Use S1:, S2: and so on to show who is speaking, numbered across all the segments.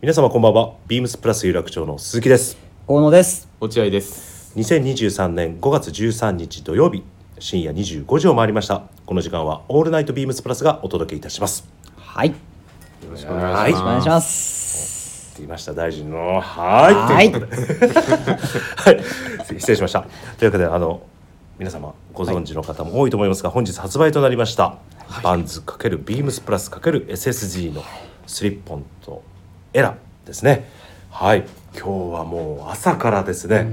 S1: 皆様こんばんはビームスプラス有楽町の鈴木です
S2: 大野です
S3: 落合です。
S1: 2023年5月13日土曜日深夜25時を回りましたこの時間はオールナイトビームスプラスがお届けいたします
S2: はいよ
S3: よろしくお願
S2: ろ
S3: い
S2: し
S3: し
S2: くお願
S3: ま
S2: い
S3: す。
S2: します
S1: 言いました大臣のはーいということで はい失礼しましたというわけであの皆様ご存知の方も多いと思いますが、本日発売となりました、バンズ×ビームスプラス ×SSG のスリッポンとエラですねはい今日はもう朝からですね、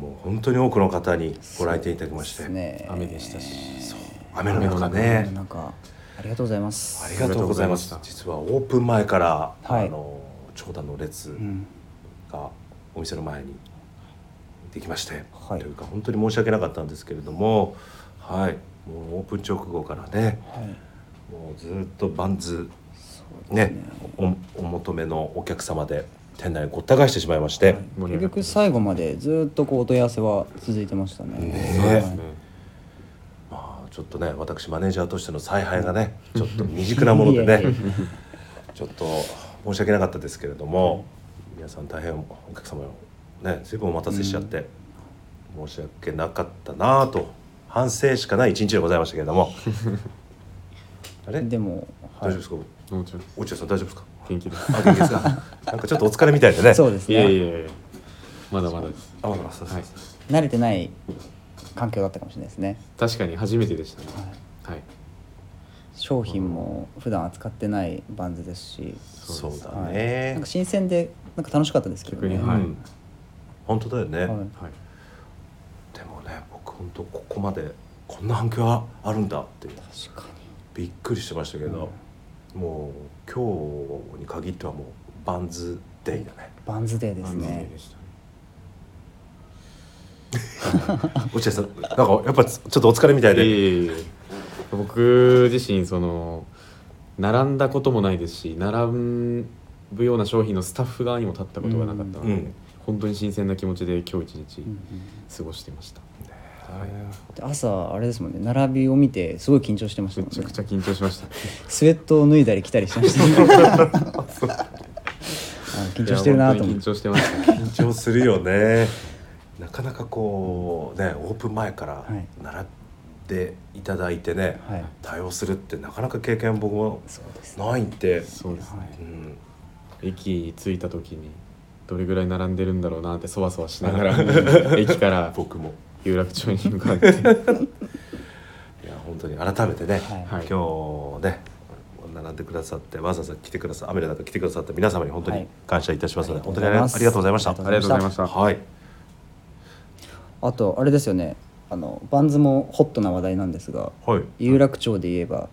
S1: もう本当に多くの方にご来店いただきまして、
S2: ね
S3: 雨でしたし、
S1: 雨の中
S2: え
S1: ね
S2: なんかありがとうございます
S1: ありがとうございます
S3: ありがとうございました
S1: 実はオープン前から、
S2: はい
S1: あの長蛇の列
S2: うん
S1: がお店の前にできまして、
S2: はい
S1: というか本当に申し訳なかったんですけれどもはいもうオープン直後からね
S2: はい
S1: もうずっとバンズ
S2: そう
S1: ねおお求めのお客様で店内にごった返してしまいまして、
S2: 結
S3: 盛り上がって
S2: 局最後までずっとこうお問い合わせは続いてましたね
S1: ね
S3: そう
S1: え
S3: ですね。
S1: まあちょっとね私マネージャーとしての采配がねちょっと未熟なものでね
S2: いえいえ
S1: ちょっと申し訳なかったですけれども皆さん大変お客様をね随分お待たせしちゃって、申し訳なかったなぁと反省しかない一日でございましたけれど もあれ大丈
S2: でも
S1: 夫ですか
S3: もうちょっと
S1: 落合さん大丈夫ですか
S3: 元気です。
S1: あ元気です かなんかちょっとお疲れみたいでね
S2: そうです
S3: いやい
S2: ね
S3: やいや。まだまだです。
S1: あわかりました
S3: はい。
S2: 慣れてない環境だったかもしれないですね
S3: 確かに初めてでしたね。はい。
S2: 商品も普段扱ってないバンズですし
S1: そうだ
S2: はいな
S1: ね
S2: んか新鮮でなんか楽しかったですけど
S3: 逆
S2: ね
S3: にはい
S1: うん本当だよね、
S2: はい
S3: はい。
S1: でもね僕本当ここまでこんな反響があるんだって
S2: 確か
S1: びっくりしてましたけど、もう今日に限ってはもうバンズデイだね
S2: にバンズデーです
S3: 満足
S2: ね
S3: でしたね
S1: 落合さんなんかやっぱちょっとお疲れみたい
S3: いや
S1: で
S3: いやいやいや僕自身その並んだこともないですし並ぶような商品のスタッフ側にも立ったことがなかったので、
S1: うんうん
S3: 本当に新鮮な気持ちで今日一日
S2: うんうん
S3: 過ごしていました、
S2: で朝あれですもんね並びを見てすごい緊張してましたもん
S3: めちゃく
S2: ね
S3: ちゃ緊張しました
S2: スウェットを脱いだり着たりしてまし たねあ緊張してるなと
S3: いや本当に
S2: 思っ
S3: 緊
S2: て
S3: 張してました
S1: 緊張するよねなかなかこうねオープン前から
S2: はい
S1: 習っていただいてね、
S2: はい
S1: 対応するってなかなか経験僕も
S2: そうですね
S1: ないんで、
S3: そうですね、
S2: は
S1: うん、
S3: 駅に着いた時にどれぐらい並んでるんだろうなってそわそわしながら駅から
S1: 僕も
S3: 有楽町に向かって
S1: いや本当に改めてね、
S2: はい
S3: はい
S1: 今日ね並んでくださってわざわざ来てくださ雨の中来てくださった皆様に本当
S2: は
S1: に
S2: い
S1: 感謝いたしますので、
S2: あり
S1: 本当
S2: が
S1: に
S2: と
S1: ありあ
S2: うございます
S1: りがとうございました
S2: ありがとうございます
S3: ありがとうございました
S1: はい
S2: あとあれですよねあのバンズもホットな話題なんですが
S1: はい
S2: 有楽町で言えば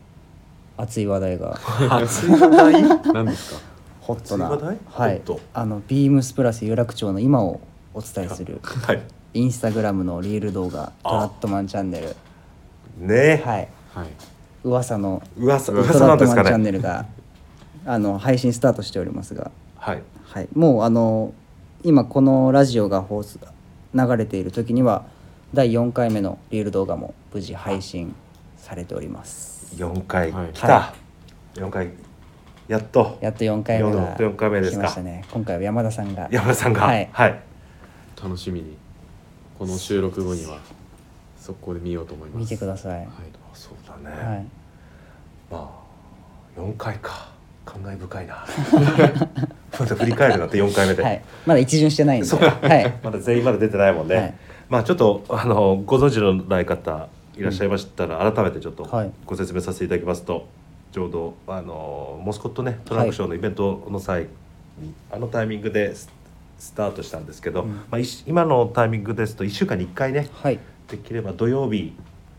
S2: 熱い話題が
S1: 熱い話 題
S3: 何ですか
S2: ホットな
S1: 熱い話題
S2: はい
S1: ホット
S2: あのビームスプラス有楽町の今をお伝えする
S1: はい
S2: インスタグラムのリール動画「
S1: あ
S2: トラットマンチャンネル
S1: ね」
S2: はい
S3: はい
S2: 噂の
S1: 噂
S2: 「ト
S1: 噂な
S2: ラ
S1: ん
S2: ッ
S1: で
S2: ト
S1: す
S2: マ
S1: か
S2: ンチャンネ
S1: ね
S2: ルが」あの配信スタートしておりますが、
S1: はい
S2: はい、もうあの今このラジオが放送流れている時には第4回目のリール動画も無事配信されております
S1: 四回
S3: はい
S1: 来た四回やっと
S2: やっと4回目
S1: やっ
S2: が
S1: と四回目です
S2: 来
S1: か
S2: ましたね今回は山田さんが
S1: 山田さんが
S2: はい
S1: はい
S3: 楽しみにこの収録後には速攻で見ようと思います
S2: 見てください、
S3: はい
S1: あそうだ
S2: は
S1: ね
S2: い、
S1: まあ四回か感慨深いな また振り返るなって四回目で
S2: はい、まだ一巡してないんで
S1: そうか
S2: はい
S1: まだ全員まだ出てないもんね、
S2: はい
S1: まあちょっとあのご存知のない方いらっしゃいましたら、改めてちょっと
S2: はい
S1: ご説明させていただきますと、ちょうどあのモスコットねトランクショーのイベントの際に、あのタイミングでススタートしたんですけど、
S2: うん
S1: まあ、いし今のタイミングですと1週間に1回ね
S2: はい
S1: できれば土曜日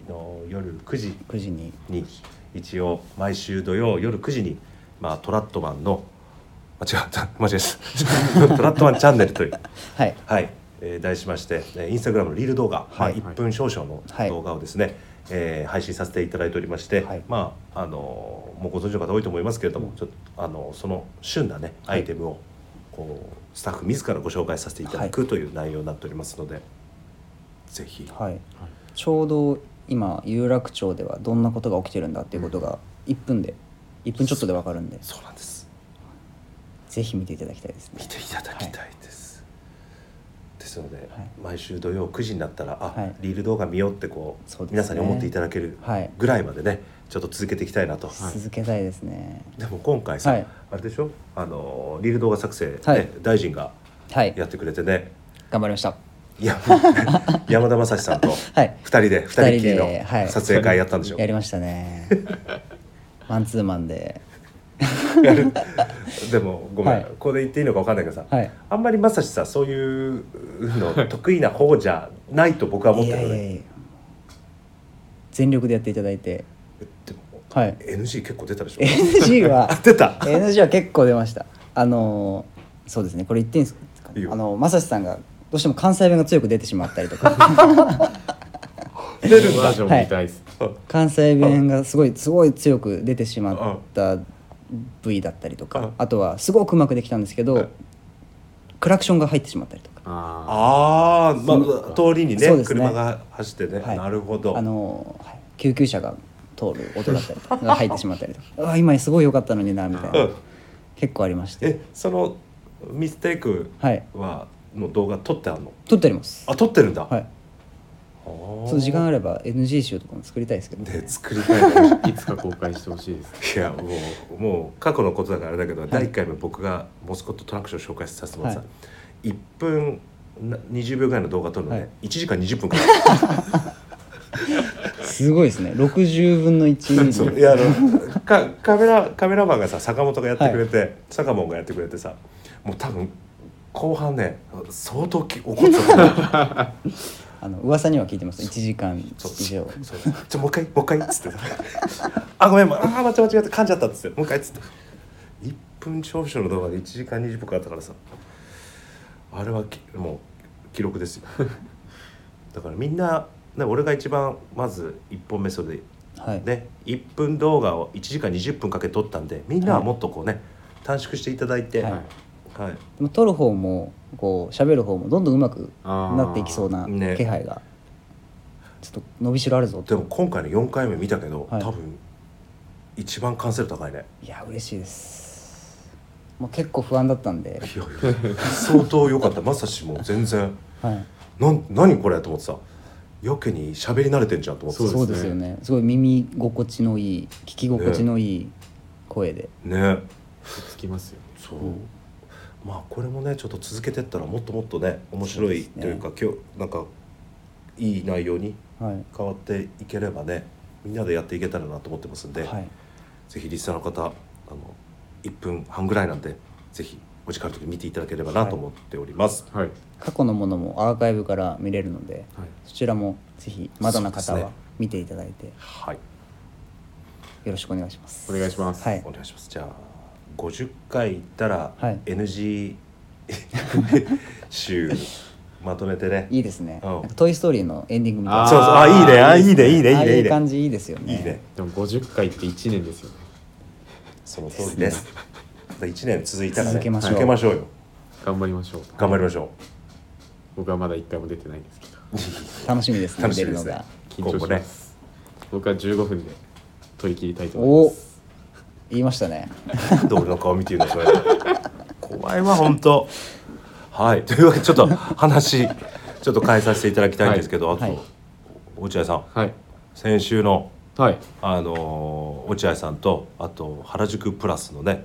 S1: の夜9時
S2: 9時に
S1: に一応毎週土曜夜9時に、まあ、トラットマンの間違った間違えです トラットマンチャンネルという。
S2: はい
S1: はい、えー題しまして、えーインスタグラムのリール動画、
S2: はい
S1: まあ、1分少々の
S2: はい
S1: 動画をですね、えー配信させていただいておりまして、
S2: はい
S1: まああのーもうご存知の方多いと思いますけれども、ちょっとあのーその旬なねアイテムをこうスタッフ自らご紹介させていただくという内容になっておりますので、ぜひ
S2: はい、ちょうど今有楽町ではどんなことが起きてるんだっていうことが1分で1分ちょっとで分かるんで
S1: そうなんです
S2: ぜひ見ていただきたいですね
S1: 見ていただきたいです、ですので、毎週土曜9時になったらあ、
S2: はい
S1: リール動画見ようってこう
S2: そうですね
S1: 皆さんに思っていただける
S2: はい
S1: ぐらいまでねちょっと続けていきたいなと、
S2: 続けたいですね
S1: でも今回さ、
S2: はい
S1: あれでしょあのリール動画作成、ね
S2: はい
S1: 大臣が
S2: はい
S1: やってくれて ね
S2: 頑張りました
S1: いや山田正史さんと
S2: はい
S1: 2人で2人っきり
S2: 二人ではい
S1: の撮影会やったんでしょ、
S2: やり ましたねマンツーマンで
S1: やるでもごめん、
S2: はい
S1: ここで言っていいのか分かんないけどさ、
S2: はい
S1: あんまり正史さそういうの得意な方じゃないと僕は思っ
S2: い
S1: て
S2: や
S1: る
S2: い
S1: ので、
S2: やいや全力でやっていただいて
S1: でも
S2: はい
S1: NG 結構出たでしょ
S2: NG は
S1: 出た
S2: NG は結構出ましたあのーそうですねこれ言っていいんですか
S1: いいよ
S2: あのまさしさんがどうしても関西弁が強く出てしまったり とか
S1: 出るん
S3: バー
S1: だ
S3: ジョン見たいです、
S2: 関西弁がすごいすごい強く出てしまった部位だったりと
S1: う
S2: か
S1: ん
S2: あとはすごくうまくできたんですけどクラクションが入ってしまったりとか
S3: あ
S1: ああまあ通りにね
S2: そうですね
S1: 車が走ってね、
S2: はい
S1: なるほど
S2: あのはい救急車が通る音だったりとかが入ってしまったりとか うわ今すごい良かったのになみたいな、
S1: うん
S2: 結構ありまして
S1: えそのミステイク
S2: はい
S1: はの動画撮ってあるの
S2: 撮ってあります
S1: あ撮ってるんだ、
S2: はい
S1: あ
S2: ちょ
S1: ー
S2: っと時間あれば NG 集とかも作りたいですけどね
S1: ね作りたい ね
S3: あいつか公開してほしいです
S1: いやもうもう過去のことだからあれだけど、第1回目僕がモスコットトラクションを紹介させてもらってさ、
S2: は
S1: 1分な20秒ぐらいの動画撮るのね、
S2: は
S1: 1
S2: い
S1: 時間20分くら
S2: すごいですね60分の
S1: い そう
S2: 1
S1: いやあのかカメラカメラマンがさ坂本がやってくれて、坂本がやってくれてさもう多分後半ね相当き怒ってたと思う
S2: あの噂には聞いてます1時間以上
S1: そう じゃもう一回もう一回っつって あごめんあー間違え間違えた噛んじゃったっつってもう一回っつって1分少々の動画で1時間20分かかったからさあれはきもう記録ですよ だからみんな、ね、俺が一番まず1本目それで、
S2: はい
S1: ね、1分動画を1時間20分かけ撮ったんでみんなはもっとこうね、短縮していただいて
S2: は
S1: はいい、
S2: でも撮る方もこう喋る方もどんどんうまくなっていきそうな
S1: あーね
S2: 気配が、ちょっと伸びしろあるぞ
S1: で
S2: と
S1: も今回の4回目見たけど、
S2: はい
S1: 多分一番完成度高いね
S2: いや嬉しいですもう結構不安だったんで、
S1: いやいや相当良かったまさしも全然
S2: はい、
S1: なん何これと思ってさやけに喋り慣れてんじゃんと思って
S2: そ
S1: さ
S2: う
S3: そう
S2: で
S3: ですすね
S2: よねすごい耳心地のいい聞き心地のいい声で、
S1: ね
S3: つきますよね
S1: そう、まあこれもねちょっと続けてったらもっともっとね面白いというか今日なんかいい内容に
S2: はい
S1: 変わっていければねみんなでやっていけたらなと思ってますんで、
S2: はい
S1: ぜひリスナーの方あの1分半ぐらいなんでぜひお時間ある時に見ていただければなと思っております。
S3: はい、
S2: 過去のものもアーカイブから見れるので
S3: はい、
S2: そちらもぜひまだの方
S1: そうです
S2: は
S1: ね
S2: 見ていただいてよ
S1: はい、
S2: ろしくお願いします
S3: お願いします
S2: はい
S1: お願いしますじゃあ50回いったら
S2: はい
S1: NG 集まとめてね
S2: いいですね
S1: うん
S2: なんかトイストーリーのエンディングみたい
S1: そ
S2: な
S1: う
S3: あ
S1: そうあいいねあいいねいいねいい
S2: ああ
S1: ね
S2: い
S1: いう
S2: 感
S1: い
S2: じいいですよね
S1: ねいいね
S3: でも50回って1年ですよね
S1: その通りです1年続いたら、ね、
S2: 続けましょう
S1: 続けましょうよ
S3: 頑張りましょう
S1: 頑張りましょ
S3: 僕はまだ1回も出てないですけど
S2: 楽しみです
S1: う
S2: ね
S1: 楽し
S2: 出
S1: みで
S2: るの
S1: すね
S2: が
S3: 緊張します、僕は15分で取り切りたいと思い
S2: お
S3: ます
S2: 言いましたね
S1: 今後ねなんで俺の顔見てるのそれ怖いわ本当はいというわけでちょっと話ちょっと変えさせていただきたいんですけど、
S2: はい
S1: あ
S2: はい
S1: と落合さん
S3: はい
S1: 先週の
S3: はい
S1: あのー落合さんとあと原宿プラスのね、
S3: はい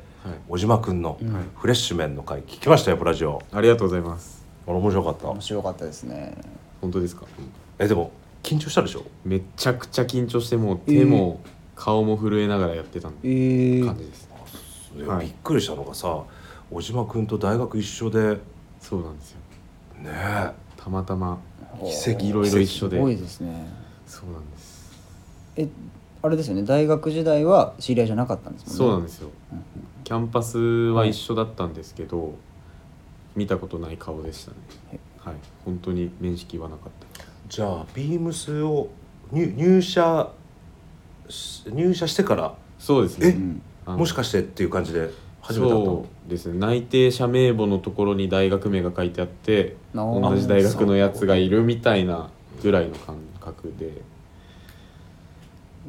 S1: 小島君のフレッシュメンの回聞きましたよ、プラジオ
S3: ありがとうございます
S1: あれ面白かった
S2: 面白かったですね
S3: 本当ですか
S1: えでも緊張したでしょ
S3: めちゃくちゃ緊張してもう手も顔も震えながらやってたん
S2: え
S3: で
S2: ー
S3: 感、じです、
S1: いや
S3: はい
S1: びっくりしたのがさ小島君と大学一緒で
S3: そうなんですよ
S1: ねえ
S3: たまたま
S1: 奇跡
S3: いろいろ一緒
S2: す
S3: で
S2: ごいですね
S3: そうなんです
S2: えあれですよね大学時代は知り合いじゃなかったんですもんね
S3: そうなん
S2: で
S3: ですよキャンパスは一緒だったんですけど、見たことない顔でしたねはい本当に面識はなかった
S1: じゃあビームスを入入社し入社してから
S3: そうです
S1: え
S3: ね
S2: ん
S3: あの
S1: もしかしてっていう感じで始めたの
S3: そうですね内定者名簿のところに大学名が書いてあって
S2: あ
S3: 同
S2: ー
S3: じ大学のやつがいるみたいなぐらいの感覚で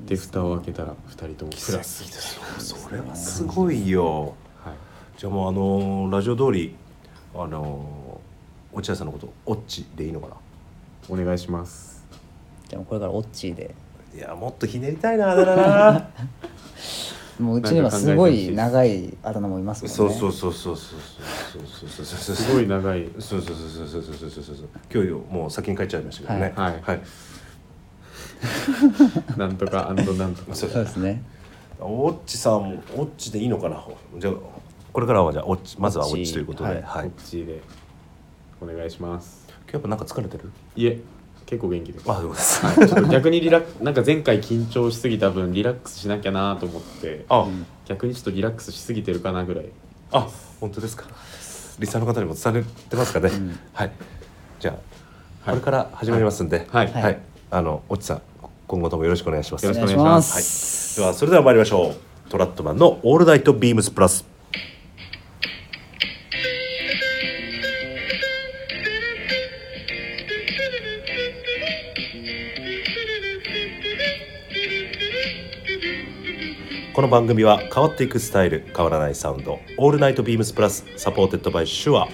S3: で蓋を開けたら2人ともプラス
S1: それはすごいよ
S3: はい
S1: じゃあもうあのーラジオ通りあのー落合さんのことオッチでいいのかな
S3: お願いします
S2: じゃあこれからオッチーで
S1: いやもっとひねりたいなあだ名な
S2: もううちにはすごい長いあだ名もいますもんね
S1: そうそうそうそうそうそうそうそうそうそう
S3: すごい長い
S1: そうそうそうそうそうそうそうそうそう今日よもう先に帰っちゃいましたけどね
S3: はい
S1: はい、
S3: なんとかなんとか
S1: そう
S2: そうですね
S1: オッチさんもオッチでいいのかなじゃあこれからはじゃあオッチまずはオッ
S2: オッ
S1: チ
S2: チ
S1: ということで、
S2: はい
S1: はい
S3: こっちでお願いします
S1: やっぱなんか疲れてる
S3: いえ結構元気です
S1: あそうです
S3: はい、ちょっと逆にリラックなん か前回緊張しすぎた分リラックスしなきゃなと思って
S1: あ、
S3: 逆にちょっとリラックスしすぎてるかなぐらい
S1: あ本当ですかリスナーの方にも伝わってますかね、はいじゃあ、
S3: はい
S1: これから始まりますんで
S3: はい、
S1: はい、
S2: は
S1: あのオッチさん今後ともよろしくお願いします
S3: よ
S2: お
S3: ろしく
S2: 願いし
S3: ま
S2: ますす
S1: ではそれでは参りましょうトラットマンの「オールナイトビームスプラス」この番組は変わっていくスタイル変わらないサウンド「オールナイトビームスプラス」サポーテッドバイシュア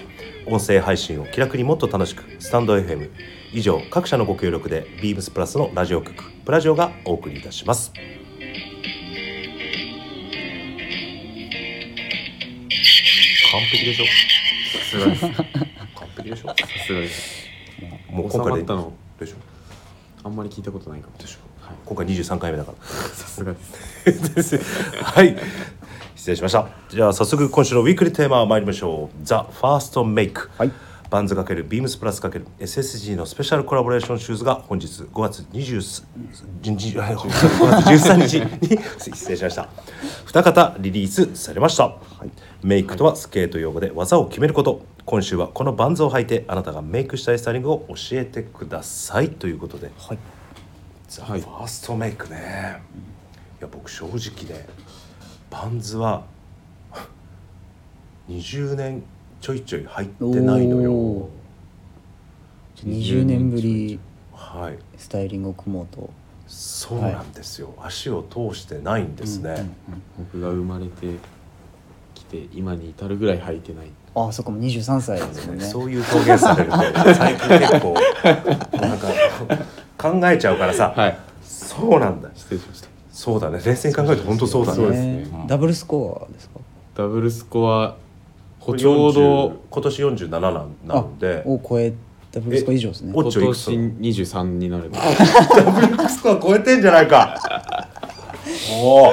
S1: 音声配信を気楽にもっと楽しくスタンド FM 以上各社のご協力でビームスプラスのラジオ局プラジオがお送りいたします完璧でしょ
S3: さすがですさ
S1: 完璧でしょ
S3: すがです
S1: もう
S3: 収
S1: 今
S3: ま
S1: 回
S3: っ
S1: で
S3: たの
S1: でしょ
S3: あんまり聞いたことないかも
S1: でしょ
S3: はい
S1: 今回23回目だから
S3: さすがです
S1: はい失礼しましたじゃあ早速今週のウィークリーテーマ参りましょう「ザ・ファースト・メイク」
S2: はい
S1: バンズ×ビームスプラス ×SSG のスペシャルコラボレーションシューズが本日5月20 20 5月13日に失礼しました二方リリースされました、メイクとはスケート用語で技を決めること今週はこのバンズを履いてあなたがメイクしたいスタイリングを教えてくださいということで
S2: はい
S1: ザ・フ
S3: はい
S1: ァーストメイクね、いや僕正直ねバンズは 20年ちょいちょい入ってないの
S2: お
S1: よ
S2: ーじゃあ20年ぶり
S1: はい
S2: スタイリングを組もうと
S1: そうなんですよ、足を通してないんですね、
S3: 僕が生まれてきて今に至るぐらい履いてない
S2: ああそっかもう23歳ですもんね
S1: そういう表現される と最近結構なんか考えちゃうからさ、
S3: はい
S1: そうなんだ
S3: 失礼しました
S1: そうだね冷静に考えると本当そうだね
S3: そうですね
S1: うん
S2: ダブルスコアですか
S3: ダブルスコア
S1: これ
S3: ちょうど
S1: 40今年47なんなので
S2: を超えダブルスコア以上ですね
S1: お
S3: 今
S1: ちょいくつ
S3: 年23になるの
S1: スコア超えてんじゃないかおお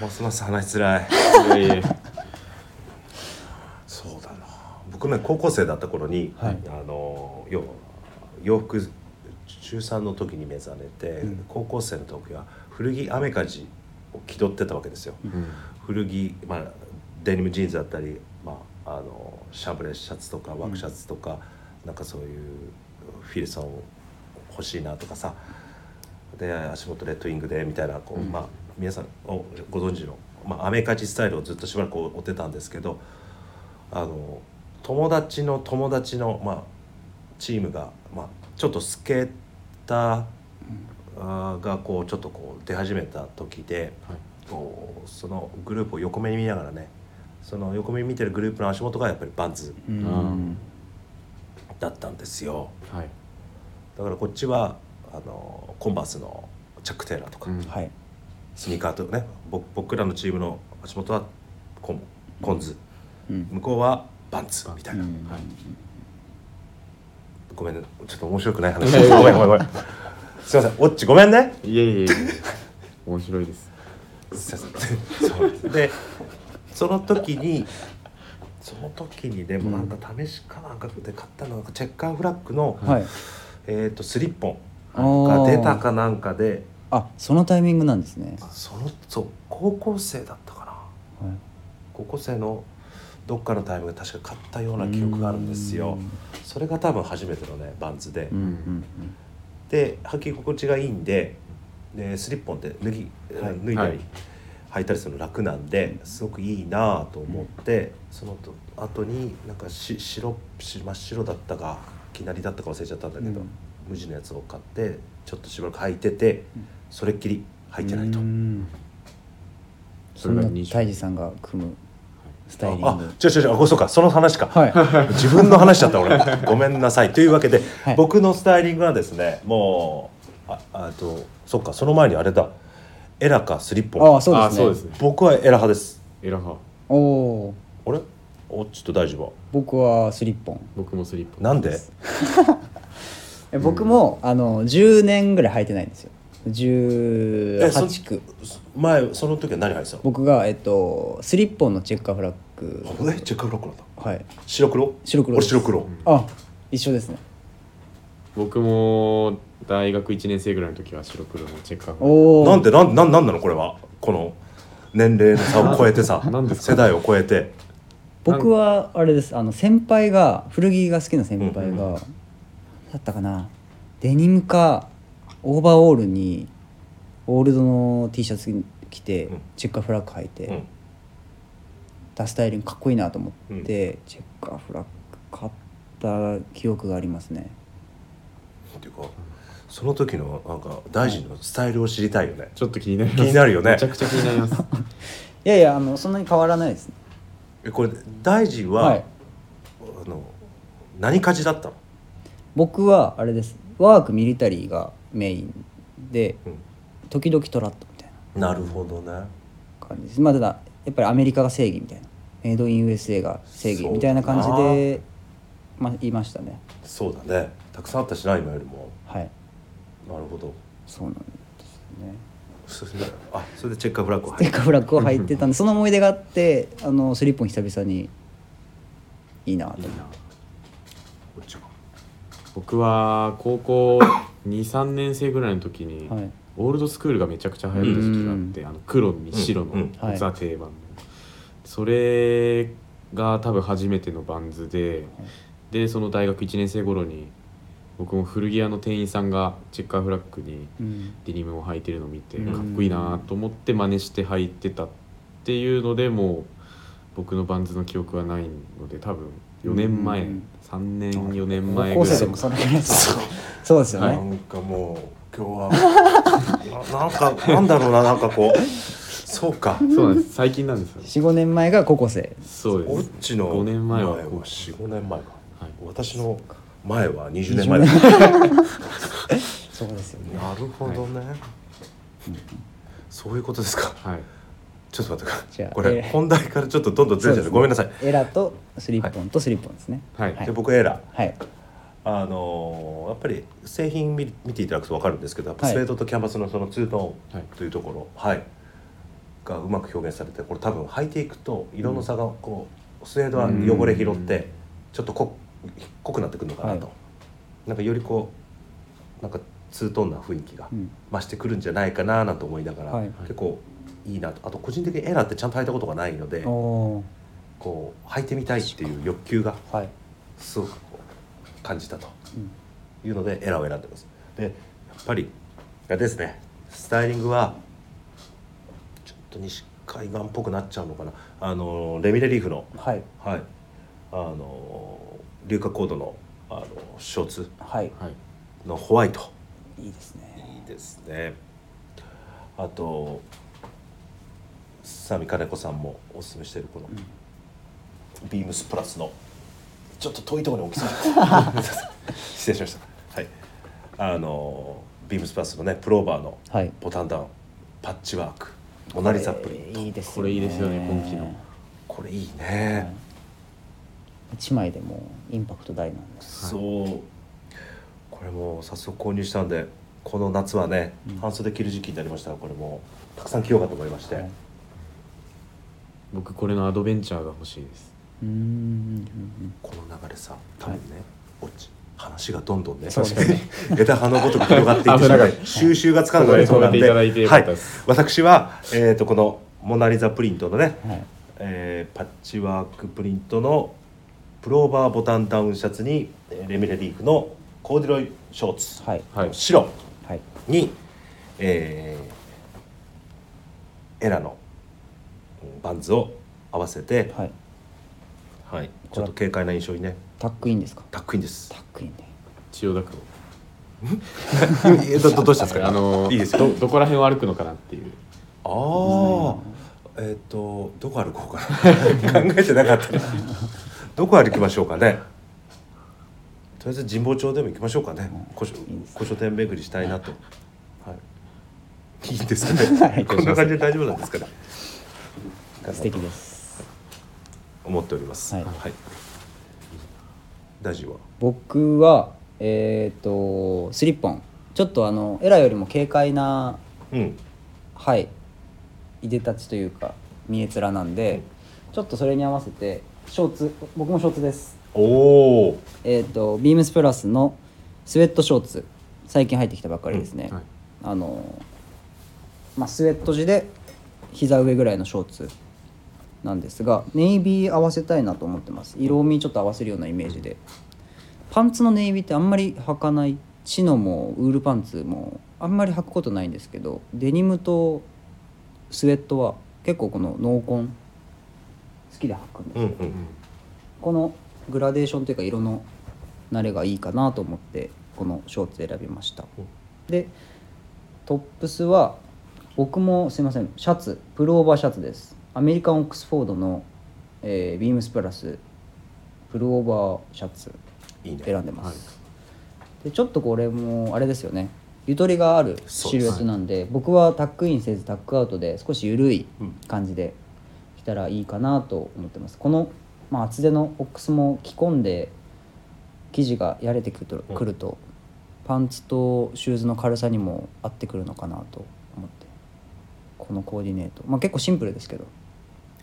S1: ますます話しづ らい
S3: いやいや
S1: そうだな僕ね高校生だった頃に、
S2: はい
S1: あの要は洋服中3の時に目覚めて、
S2: うん
S1: 高校生の時は古着アメカジを気取ってたわけですよ、
S3: うん
S1: 古着、まあ、デニムジーンズだったり、まあ、あのシャンブレシャツとかワークシャツとか、なんかそういうフィルソン欲しいなとかさで足元レッドウィングでみたいなこう、まあ、皆さんおご存知の、まあ、アメカジスタイルをずっとしばらく追ってたんですけどあの友達の友達の、まあ、チームが、まあ、ちょっとスケーターがこうちょっとこう出始めた時で。
S3: はい
S1: こうそのグループを横目に見ながらねその横目に見てるグループの足元がやっぱりバンズ
S2: うん
S3: うん
S1: だったんですよ
S3: はい
S1: だからこっちはあのコンバースのチャック・テイラーとか、
S3: うん
S2: はい
S1: スニーカーとねぼ僕らのチームの足元はコンコンズ、
S2: うん
S1: 向こうはバンズみた
S2: う
S1: いな、
S2: ん
S1: ごめんねちょっと面白くない話
S3: いやいや
S1: ごめんごめんごめんすいませんオッチごめんね
S3: いやい やいや面白いです
S1: すいませんそう でその時にその時にでもなんか試しかなんかで買ったのがチェッカーフラッグの、
S2: はい
S1: えー、とスリッポ
S2: あ
S1: ンが
S2: ー
S1: 出たかなんかで
S2: あそのタイミングなんですね
S1: そのそう高校生だったかな
S2: はい
S1: 高校生のどっかのタイミングで確か買ったような記憶があるんですよそれが多分初めてのねバンズで、
S2: うんうん
S1: で履き心地がいいんででスリッポンって脱ぎ、
S2: はい
S1: 脱いだり、
S3: はい
S1: 履いたりするの楽なんですごくいいなぁと思って、そのと後になんかし白し真っ白だったかきなりだったか忘れちゃったんだけど、
S2: うん
S1: 無地のやつを買ってちょっとしばらく履いててそれっきり
S2: う
S1: 履い
S2: ん
S1: てないと。
S2: うん
S3: そ
S2: そ
S3: れ
S2: ん
S3: が
S2: な
S3: 20
S2: 泰治さんが組むスタイリン
S1: あ
S2: グ、
S1: 違う違う違うあそうかその話か、
S2: は
S1: 自分の話だった俺ごめんなさいというわけで、
S2: はい
S1: 僕のスタイリングはですねもうああとそっかその前にあれだエラかスリッ
S2: い、
S1: ポ
S2: あ
S1: ン
S2: あそうです
S3: あ
S2: ね
S3: そうですね
S1: 僕はエラ派です
S3: エラハ
S2: おおー
S1: あれおちょっと大丈夫
S2: 僕はスリッポン
S3: 僕もスリッポン
S1: なんで
S2: え僕も、あの10年ぐらい履いてないんですよ
S1: えそ
S2: 18区
S1: 前その時は何入ってたの
S2: 僕がえっとスリッポンのチェッカーフラッグ
S1: えチェックブロックなんだ
S2: はい
S1: 白黒
S2: 白黒
S1: 俺
S2: です
S1: 白黒、
S2: あ一緒ですね
S3: 僕も大学1年生ぐらいの時は白黒のチェッカーフラッ
S2: おお
S1: なんでなんなんなんなのこれはこの年齢の差を超えてさ
S3: なんですか
S1: 世代を超えて
S2: 僕はあれですあの先輩が古着が好きな先輩が、だったかなデニムかオーバーオールにオールドの T シャツ着て、
S1: うん
S2: チェッカーフラッグ履いて、
S1: うん
S2: ダスタイリングかっこいいなと思って、チェッカーフラッグ買った記憶がありますね
S1: っていうかその時のなんか大臣のスタイルを知りたいよね、
S3: グちょっと気になります
S1: 気になるよね
S3: めちゃくちゃ気になります
S2: いやいやあのそんなに変わらないですね
S1: えこれ大臣は、
S2: はい
S1: あの何かじだったの、
S2: 僕はあれですワークミリタリーがメインで時々トラットみたいな
S1: なるほどね
S2: 感じですまあただやっぱりアメリカが正義みたいなメイドイン USA が正義みたいな感じでまあ言いましたね
S1: そうだねたくさんあったしな今よりも
S2: はい
S1: なるほど
S2: そうなんですよね
S1: それであそれでチェッカーフラッグを
S2: で
S1: 入
S2: っかフラッグを履いてたんでその思い出があってあのスリッポン久々にいいなと思って
S1: こっちか
S3: 僕は高校23年生ぐらいの時に、
S2: はい
S3: オールドスクールがめちゃくちゃ流行った時期があって、あの黒に白の、
S1: うんうん
S2: はい
S3: ザ定番の、それが多分初めてのバンズで、でその大学1年生頃に僕も古着屋の店員さんがチェッカーフラッグに
S2: うん
S3: デニムを履いてるのを見て
S1: うん
S3: かっこいいなと思って真似して履いてたっていうのでもう僕のバンズの記憶はないので多分4年前、
S2: うん
S3: 3年4年
S2: 高
S3: 前ぐ
S2: 校生
S3: らい
S2: でもそれぐらいですそうですよ
S1: な
S2: ね
S1: んかもう今日は ななんかなんだろうななんかこうそうか
S3: そうなんです最近なんですよ
S2: 45年前が高校生
S3: そう
S1: オッ
S3: です
S1: チの
S3: 5年前は
S1: 前45年前か、
S3: はい
S1: 私の前は20年前だ
S2: そうですよ ね
S1: なるほどね、そういうことですか
S3: はい
S1: ちょっと待ってく
S2: じ
S1: だ
S2: ゃ
S1: さ
S2: あ
S1: いこ
S2: え
S1: れ
S2: ー
S1: 本題からちょっとどんどんずれちゃう、
S2: そうですね
S1: ごめんなさい
S2: エラとスリッポンとスリッポンですね
S3: はい、
S2: はい
S1: で僕エラ
S2: はい
S1: あのーやっぱり製品見見ていただくと分かるんですけどやっぱ
S2: はい
S1: スウェードとキャンバスのそのツートー
S3: はい
S1: ンというところ、はいがうまく表現されてこれ多分履いていくと色の差がこう、スウェードは汚れ拾ってちょっと濃濃くなってくるのかなと、
S2: は
S1: なんかよりこうなんかツートーンな雰囲気が
S2: うん
S1: 増してくるんじゃないかななんて思いながら、
S2: はい
S1: 結構いいなとあと個人的にエラってちゃんと履いたことがないので
S2: おお
S1: こう履いてみたいっていう欲求が
S2: ーはい
S1: すごくこう感じたと
S2: うん
S1: いうのでエラーを選んでますでやっぱりあれですねスタイリングはちょっと西海岸っぽくなっちゃうのかなあのレミレリーフの
S2: はい
S1: はいあの硫化コードのあのショーツ
S2: はい
S3: はい
S1: のホワイト
S2: いいですね
S1: いいですねあとサミカネコさんもおすすめしてるこの、ビームスプラスのちょっと遠いところに置きそうな 失礼しましたはいあのビームスプラスのねプローバーの
S2: はい
S1: ボタンダウンパッチワークモナリザプリン
S2: これいいですよね
S3: これいいですよね今季の
S1: これいいね、
S2: 1枚でもうインパクト大なんです
S1: そうこれもう早速購入したんでこの夏はね半袖着る時期になりましたがこれもたくさん着ようかと思いまして、
S2: はい
S3: 僕これのアドベンチャーが欲しいです
S2: うーん
S1: この流れさ多分ね、オッチ話がどんどんね
S2: そうですね
S1: 枝葉のごとく広がっていってしま
S3: 危な
S1: う
S3: かっ
S1: 収集がつかなくなりそうなんで
S3: 止めていただいてよかった
S1: は
S3: で
S1: い
S3: す、
S1: 私は、えー、とこのモナ・リザプリントのね、
S2: はい
S1: えーパッチワークプリントのプローバーボタンダウンシャツにえーレミレリーフのコーデュロイショーツ、
S2: はい
S3: はい
S1: 白
S2: はい
S1: に、えーエラのうんバンズを合わせて、
S2: はい
S1: はいちょっと軽快な印象にね
S2: タックインですか
S1: タックインです
S2: タックインで
S3: 千代田区を
S1: えどどどうしたんですか、
S3: あの
S1: いいですよ
S3: どどこら辺を歩くのかなっていう
S1: ああえっ、とどこ歩こうかな考えてなかったなどこ歩きましょうかねとりあえず神保町でも行きましょうかね古書古書店巡りしたいなと、はい、いいんですか
S2: は
S1: ね
S2: い
S1: こんな感じで大丈夫なんですかね
S2: 素敵です
S1: 思っております
S2: はい
S1: 大臣は
S2: 僕はえっ、とスリッポンちょっとあのエラよりも軽快な
S1: うん
S2: はいいでたちというか見え面なんで、ちょっとそれに合わせてショーツ僕もショーツです
S1: おお
S2: えっ、とビームスプラスのスウェットショーツ最近入ってきたばっかりですね、
S3: はい
S2: あのまあスウェット地で膝上ぐらいのショーツなんですがネイビー合わせたいなと思ってます色味ちょっと合わせるようなイメージでパンツのネイビーってあんまり履かないチノもウールパンツもあんまり履くことないんですけどデニムとスウェットは結構この濃紺好きで履くんで
S1: うんうん
S2: このグラデーションというか色の慣れがいいかなと思ってこのショーツ選びました
S1: うん
S2: でトップスは僕もすいませんシャツプルオーバーシャツですアメリカンオックスフォードの、えービームスプラスプルオーバーシャツ
S1: いいね
S2: 選んでます、でちょっとこれもあれですよねゆとりがあるシルエットなんで僕はタックインせずタックアウトで少し緩い感じで着たらいいかなと思ってますこの、まあ、厚手のオックスも着込んで生地がやれてくると,、
S1: うん
S2: くるとパンツとシューズの軽さにも合ってくるのかなと思ってこのコーディネート、まあ、結構シンプルですけど、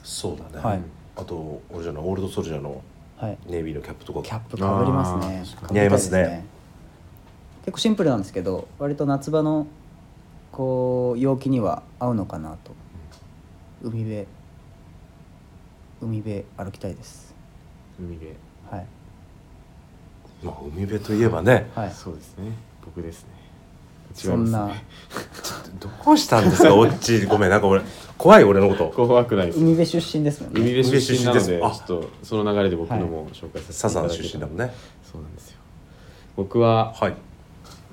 S1: そうだね、
S2: はい
S1: あと俺じゃないオールドソルジャーの
S2: はい、
S1: ネイビーのキャップとか
S2: キャップかぶりますね
S3: あー
S2: かぶりた
S1: 似合いますね
S2: 結構シンプルなんですけど割と夏場のこう陽気には合うのかなと海辺海辺歩きたいです
S3: 海辺
S2: はい
S1: まあ海辺といえばね
S2: はい
S3: そうですね僕ですね
S2: そんな
S1: どうしたんです かオッチごめんなんか俺怖い俺のこと
S3: 怖くないです
S2: 海辺出身ですもん
S3: 海
S2: ね
S3: 辺出身なので
S1: 海
S3: ち
S1: 辺出
S3: ょ
S1: 身です
S3: っとその流れで僕のも紹介
S1: サ
S3: させて
S1: ザ
S3: いただ
S1: ン
S3: けたら
S1: 出身だもんね
S3: そうなんですよ僕は
S1: はい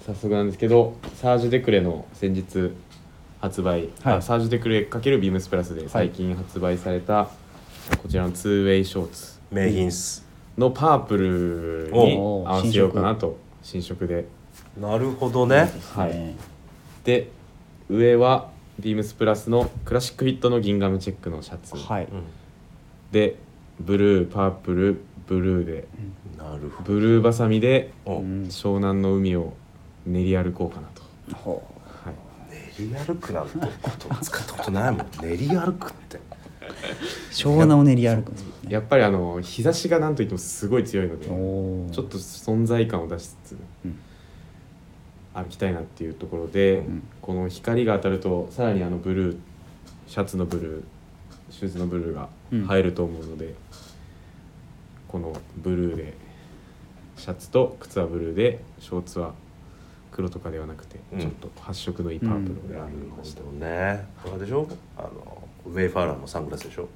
S3: 早速なんですけどサージュ・デクレの先日発売、
S2: はい
S3: あサージュ・デクレ×ビームスプラスで最近発売されたこちらの 2way ショーツ
S1: 名品っす、
S3: のパープルに合
S2: おう
S3: わせようかなと新色で
S1: なるほどね
S3: はいで上はビームスプラスのクラシックフィットのギンガムチェックのシャツ、
S2: はい
S3: でブルーパープルブルーで
S1: うんなるほ
S3: ブルーバサミで
S1: ど、
S2: うん
S3: 湘南の海を練り歩こうかなと、
S2: ほ
S3: はい、
S1: 練り歩くなんて言葉使ったことないも ん練り歩くって
S2: う湘南を練り歩くんですもんね
S3: やっぱりあの日差しがなんといってもすごい強いので
S2: おー
S3: ちょっと存在感を出しつつ
S2: うん
S3: 歩きたいなっていうところで、
S2: ん
S3: この光が当たるとさらにあのブルーシャツのブルーシューズのブル
S2: う
S3: ー
S2: ん
S3: が入ると思うので、このブルーでシャツと靴はブルーでショーツは黒とかではなくて、
S1: うん
S3: ちょっと発色のいいパープルを選びました、
S1: ねあれでしょあのウェイファーラーのサングラスで しょ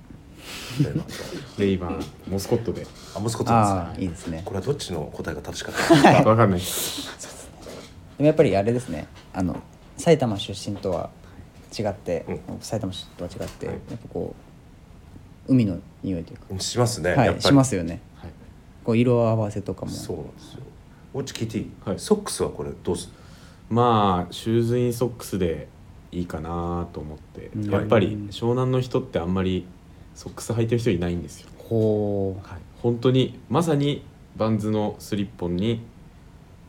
S1: レイバンと
S3: レイバンモスコットで
S1: あ息子と
S2: あ
S1: で
S2: あいいですね
S1: すこれはどっちの答えが正しかった
S3: わかんないです
S2: でもやっぱりあれですねあの埼玉出身とは違って、
S1: う
S2: 埼玉出身とは違って、
S3: はい
S2: やっぱこう海の匂いというか、
S1: のしますね、やっ
S2: は
S1: ぱ
S2: い
S1: り
S2: しますよね
S3: はい
S2: こう色合わせとかも
S1: そうなんですよおち聞いていい、
S3: はい
S1: ソックスはこれどうする
S3: まあシューズインソックスでいいかなと思って、
S2: うん
S3: やっぱり湘南の人ってあんまりソックス履いてる人いないんですよ、
S2: ほ
S3: はい、本当にまさにバンズのスリッポンに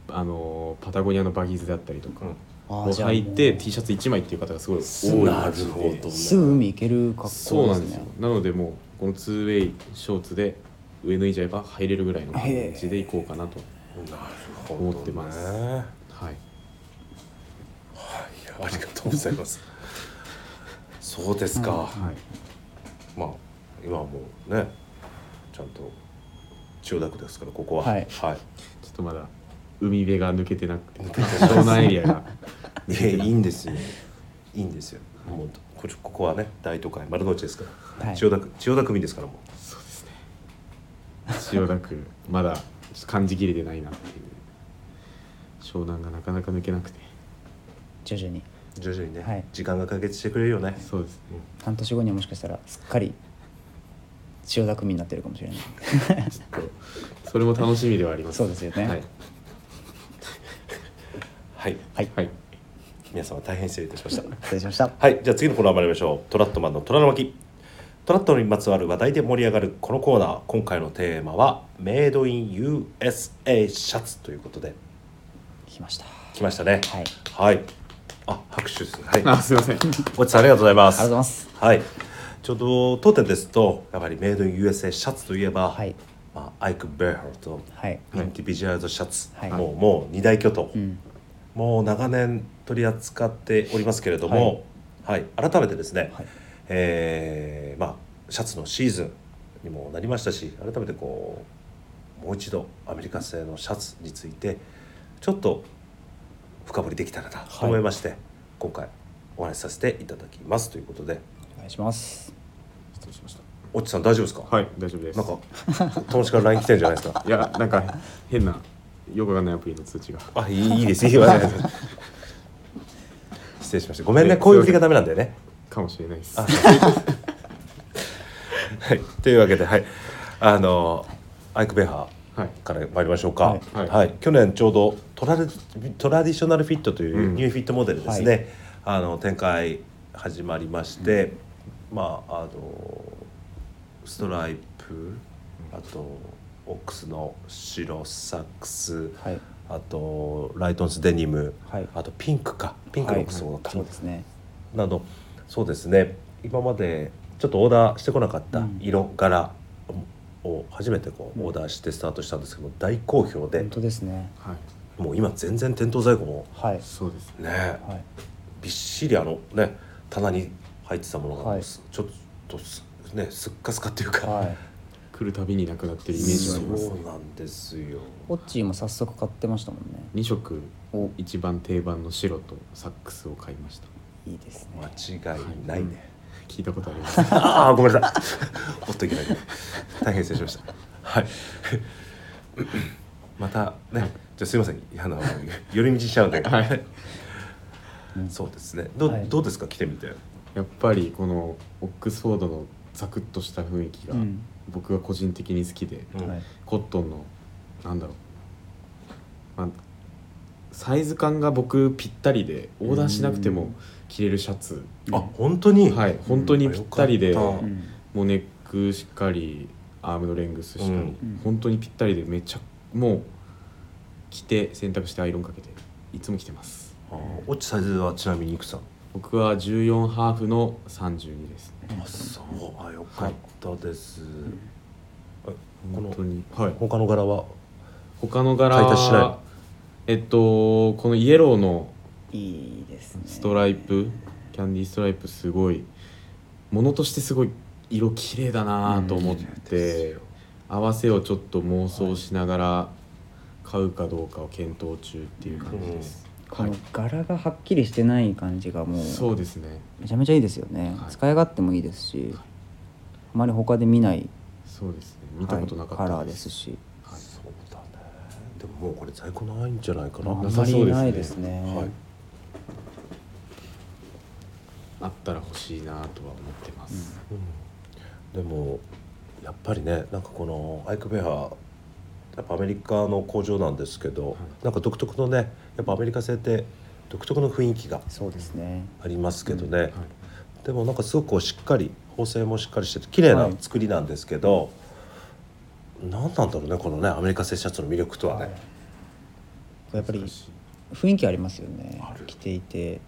S3: あのーパタゴニアのバギーズだったりとか
S2: うあ
S3: を
S2: ーじゃあ
S3: 履いて T シャツ1枚っていう方がすごい多い
S1: なるほど
S2: もうすぐ海行ける格
S3: そう
S2: 好
S3: な
S2: で
S3: ん
S2: す
S3: です
S2: ね
S3: よなのでもうこの 2way ショーツで上脱いじゃえば入れるぐらいの感じでいこうかなと、
S1: なるほど、ね、
S3: 思ってます
S1: はい
S3: はい、
S1: ありがとうございます そうですか、
S3: はい、
S1: まあ今はもうねちゃんと千代田区ですからここは
S2: はい
S1: は
S3: ちょっとまだ海辺が抜けてなくて湘南エリアが
S1: い、いやいいんですよいいんですよ、もうこここはね大都会丸の内ですから、
S2: はい
S1: 千代田区千代田区民ですからもう
S3: 千代田区まだちょっと感じきれてないなっていう湘南がなかなか抜けなくて
S2: 徐々に
S1: 徐々にね、
S2: はい
S1: 時間が解決してくれるよね
S3: そうですね
S2: 半年後にはもしかしたらすっかり千代田区民になってるかもしれない
S3: ちょっとそれも楽しみではあります
S2: そうですよね
S3: はい、
S1: はい
S2: はい
S3: はい、
S1: 皆様大変失礼いたしました
S2: 失礼しました
S1: はい、じゃあ次のコーナー参りましょう。トラットマンの虎の巻。トラットにまつわる話題で盛り上がるこのコーナー、今回のテーマはメイドイン USA シャツということで
S2: 来ましたあ
S1: 来ましたね。
S2: はい。
S1: はい。あ、拍手ですね。はい。
S3: あすいません
S1: おちさんありがとうございます。
S2: りがとうございます
S1: はい。ちょうど当店ですとやっぱりメイドイン USA シャツといえば、
S2: はい
S1: まあアイクベーハルと。
S2: はい
S1: インディビジュアルドシャツ、
S2: はい
S1: もうもう二大巨頭、
S2: うん
S1: もう長年取り扱っておりますけれども、はい改めてですね、
S2: はい
S1: えーまあ、シャツのシーズンにもなりましたし改めてこうもう一度アメリカ製のシャツについてちょっと深掘りできたらなと思いまして、今回お話しさせていただきますということで
S2: お願いします
S3: 失礼しました
S1: オッチさん大丈夫ですか、
S3: はい大丈夫です
S1: なんか友達から LINE 来てるんじゃないですか
S3: いやなんか変なよくわかんないアプリの通知が
S1: あいいいいですいいわ 失礼しましたごめんね
S3: え
S1: こういう振りがダメなんだよね
S3: かもしれないです
S1: あはい、というわけで、はい、あのアイク・ベハ
S3: はい
S1: から参りましょうか、は
S3: はいい
S1: 去年ちょうどトラデトラディショナルフィットという
S3: うん
S1: ニューフィットモデルですね、あの展開始まりまして、まああのストライプあとオックスの白サックス、
S2: はい
S1: あとライトンスデニム、
S2: はい
S1: あとピンクかピンクの服装だった、
S2: そうですね
S1: などそうですね今までちょっとオーダーしてこなかった
S2: うん
S1: 色柄を初めてこうオーダーしてスタートしたんですけど大好評で
S2: 本当ですね
S3: はい
S1: もう今全然店頭在庫も
S2: はい
S3: そうです
S1: ね
S3: ね
S2: はい
S1: びっしりあのね棚に入ってたものがもう
S2: はい
S1: すちょっとすねすっかすかっていうか、
S2: はい
S3: 来るたびになくなってるイメージがあ
S1: そ
S3: ります
S1: うなんですよ
S2: オッチーも早速買ってましたもんね
S3: 2色
S2: お
S3: 一番定番の白とサックスを買いました
S2: いいですね
S1: 間違いないね、
S3: 聞いたことあります
S1: ああごめんなさい。おっといけない。大変失礼しました。はい。またね、じゃあすいません。あの寄り道しちゃうんで。
S3: はい
S1: そうですね。どう、
S2: はい
S1: どうですか来てみて。
S3: やっぱりこのオックスフォードのザクッとした雰囲気が
S2: うん
S3: 僕が個人的に好きで、
S1: うん
S2: はい
S3: コットンのなんだろう、まあ、サイズ感が僕ぴったりでオーダーしなくても着れるシャツ、
S1: あ本当に。
S3: はい本当にぴったりで、
S1: よかっ
S3: も
S2: うん
S3: うネックしっかりアームのレングスしっかり、
S1: うん
S3: 本当にぴったりでめちゃもう着て洗濯してアイロンかけていつも着てます
S1: あーオッチサイズはちなみにいくつなの？
S3: 僕は14ハーフの32ですね
S1: あそう。あよかったです。あこ
S3: 本
S1: の
S3: 当にはい
S1: 他の柄は。
S3: 他の柄
S1: 買い足ししない
S3: えっとこのイエローの
S2: いいですね
S3: ストライプキャンディーストライプすごいものとしてすごい色綺麗だなと思っ
S1: うん綺麗です
S3: て、合わせをちょっと妄想しながら買うかどうかを検討中っていう感じです、
S2: こ
S3: は
S2: の
S3: い
S2: 柄がはっきりしてない感じがもう
S3: そうですね
S2: めちゃめちゃいいですよね、
S3: はい
S2: 使い勝手もいいですし、あまり他で見ない
S3: そうですね見たことなかった
S2: はいカラーですし
S3: はい
S1: そうだね。でももうこれ在庫ないんじゃないかな。
S2: あん
S1: は。
S3: ないさ
S2: ま
S3: そう
S2: り
S3: ですね
S2: ないですね
S3: あったら欲しいなとは思ってます、
S1: でもやっぱりねなんかこのアイクベハやっぱアメリカの工場なんですけど、なんか独特のねやっぱアメリカ製って独特の雰囲気が
S2: そうですね
S1: ありますけどね、
S3: はい
S1: でもなんかすごくこうしっかり縫製もしっかりしてて綺麗な
S2: はい
S1: 作りなんですけど、何なんだろうねこのねアメリカ製シャツの魅力とはね、
S2: やっぱり
S3: 難しい
S2: 雰囲気ありますよね
S1: ある
S2: 着ていて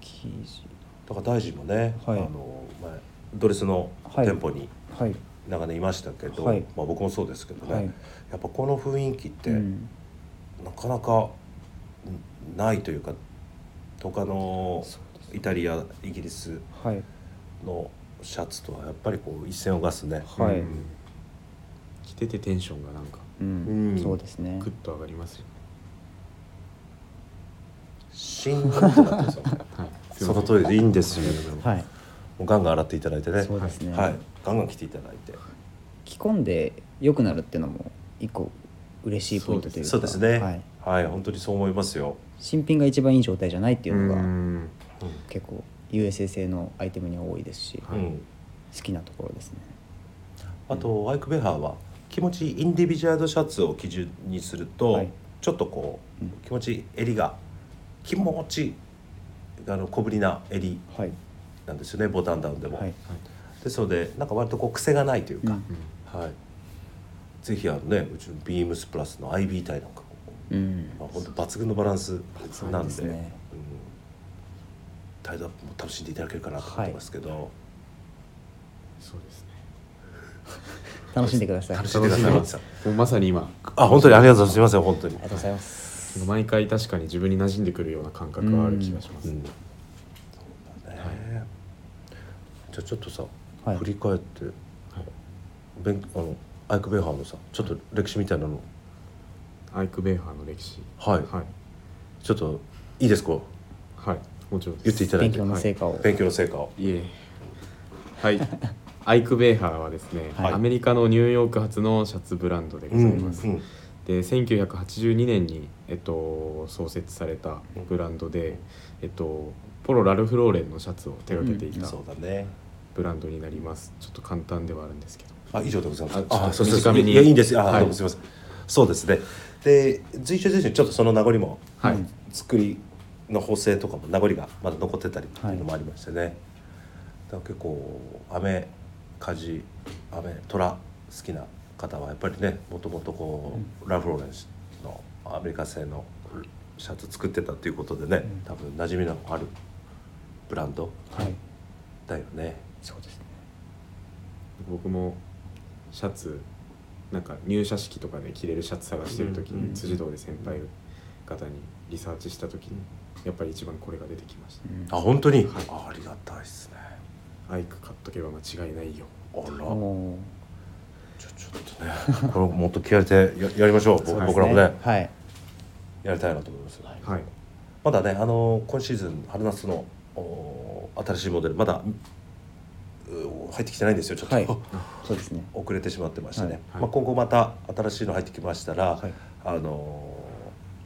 S2: 生地
S1: だから大臣もね、
S2: はい
S1: あの前ドレスの店舗に
S2: はい
S1: 長年いましたけど、
S2: はい
S1: まあ、僕もそうですけどね、
S2: はい
S1: やっぱこの雰囲気って、
S2: うん
S1: なかなかんないというか他のイタリアイギリス
S2: はい
S1: のシャツとはやっぱりこう一線を画すね、
S2: はい
S3: うん着ててテンションがなんか
S2: うん、
S1: うん
S2: そうですね
S3: クッと上がりますよね、
S1: シーンとなってるんですよ
S3: はい、すい
S1: その
S3: ません
S1: 通りでいいんですよ、
S2: はい
S1: もうガンガン洗っていただいてね
S2: そうですね、
S1: はい、ガンガン着ていただいて
S2: 着込んで良くなるっていうのも一個嬉しいポイントというか
S1: そうですね
S2: はい
S1: はい本当にそう思いますよ
S2: 新品が一番いい状態じゃないっていうの
S3: う
S2: が
S3: ん
S2: 結構 USA 製のアイテムには多いですし
S1: う
S2: 好
S1: ん
S2: きなところですね
S1: あとワイクベハーは気持ちインディビジュアルシャツを基準にすると、
S2: はい
S1: ちょっとこ
S2: うん
S1: う気持ち襟が気持ちあの小ぶりな襟
S2: はい
S1: なんですよねボタンダウンでも、
S2: はい
S1: ですのでなんか割とこう癖がないという
S2: う
S1: か、
S2: ん
S1: はい、ぜひあのねうちのビームスプラスの IB 体なんかも、
S2: うん
S1: まあ、本当抜群のバランスなんで
S2: そうですね
S1: うん、タイドアップも楽しんでいただけるかなと思ってますけど、
S3: そうですね
S2: 楽しんでくださいあり
S1: 楽
S2: が
S1: しんでください
S3: 楽
S1: 松さん
S3: しみもうまさに今
S1: あ本当にありがとうございますすいません本当に、
S2: とうございます
S3: 毎回確かに自分に馴染んでくるような感覚はある気がします、
S1: うんそうだね、じゃあちょっとさ、
S2: はい
S1: 振り返って
S3: はい
S1: べんあのアイク・ベーハーのさちょっと歴史みたいなの
S3: アイク・ベーハーの歴史
S1: はい、
S3: はい、
S1: ちょっといいですか
S3: はい、もちろんで
S1: 言
S3: す
S1: っていただい
S2: 勉
S1: て
S2: 強の成果を
S1: 勉強の成果を
S3: いえはいアイク・ベーハーはですね、
S1: はい
S3: アメリカのニューヨーク発のシャツブランドでございます、
S1: うんうん
S3: で1982年に、えっと、創設されたブランドで、えっと、ポロ・ラルフ・ローレンのシャツを手掛けていた
S1: そうだね
S3: ブランドになりますちょっと簡単ではあるんですけど
S1: あ以上でございます
S3: あちょっと
S1: そうそうそう
S3: 短めに
S1: いやいいんですよあ、
S3: はい
S1: どうもすみませんそうですねで随所随所にちょっとその名残も
S3: はい、
S1: 作りの補正とかも名残がまだ残ってたりっていうのもありましてね、だから結構アメカジアメトラ好きな方はやっぱりねもともとこう、ラフローレンスのアメリカ製のシャツ作ってたということでね、多分馴染みのあるブランド
S2: はい
S1: だよね。
S2: そうですね
S3: 僕もシャツなんか入社式とかで着れるシャツ探してる時
S1: うんうん
S3: に辻堂で先輩方にリサーチした時にやっぱり一番これが出てきました、
S1: あ本当に、あありがたいですね。
S3: アイク買っとけば間違いないよ
S1: あら、
S2: も
S1: ちょちょっとね、 これもっと気合い入れてややりましょう。
S3: そうですね
S1: 僕らもね、
S2: はい
S1: やりたいなと思います。
S3: はい
S1: まだね、あの今シーズン春夏のお新しいモデルまだう入ってきてないんですよ。ちょっと、
S2: はいそうですね
S1: 遅れてしまってましてね。
S3: はい
S1: まあ今後また新しいの入ってきましたら、
S2: はい
S1: あの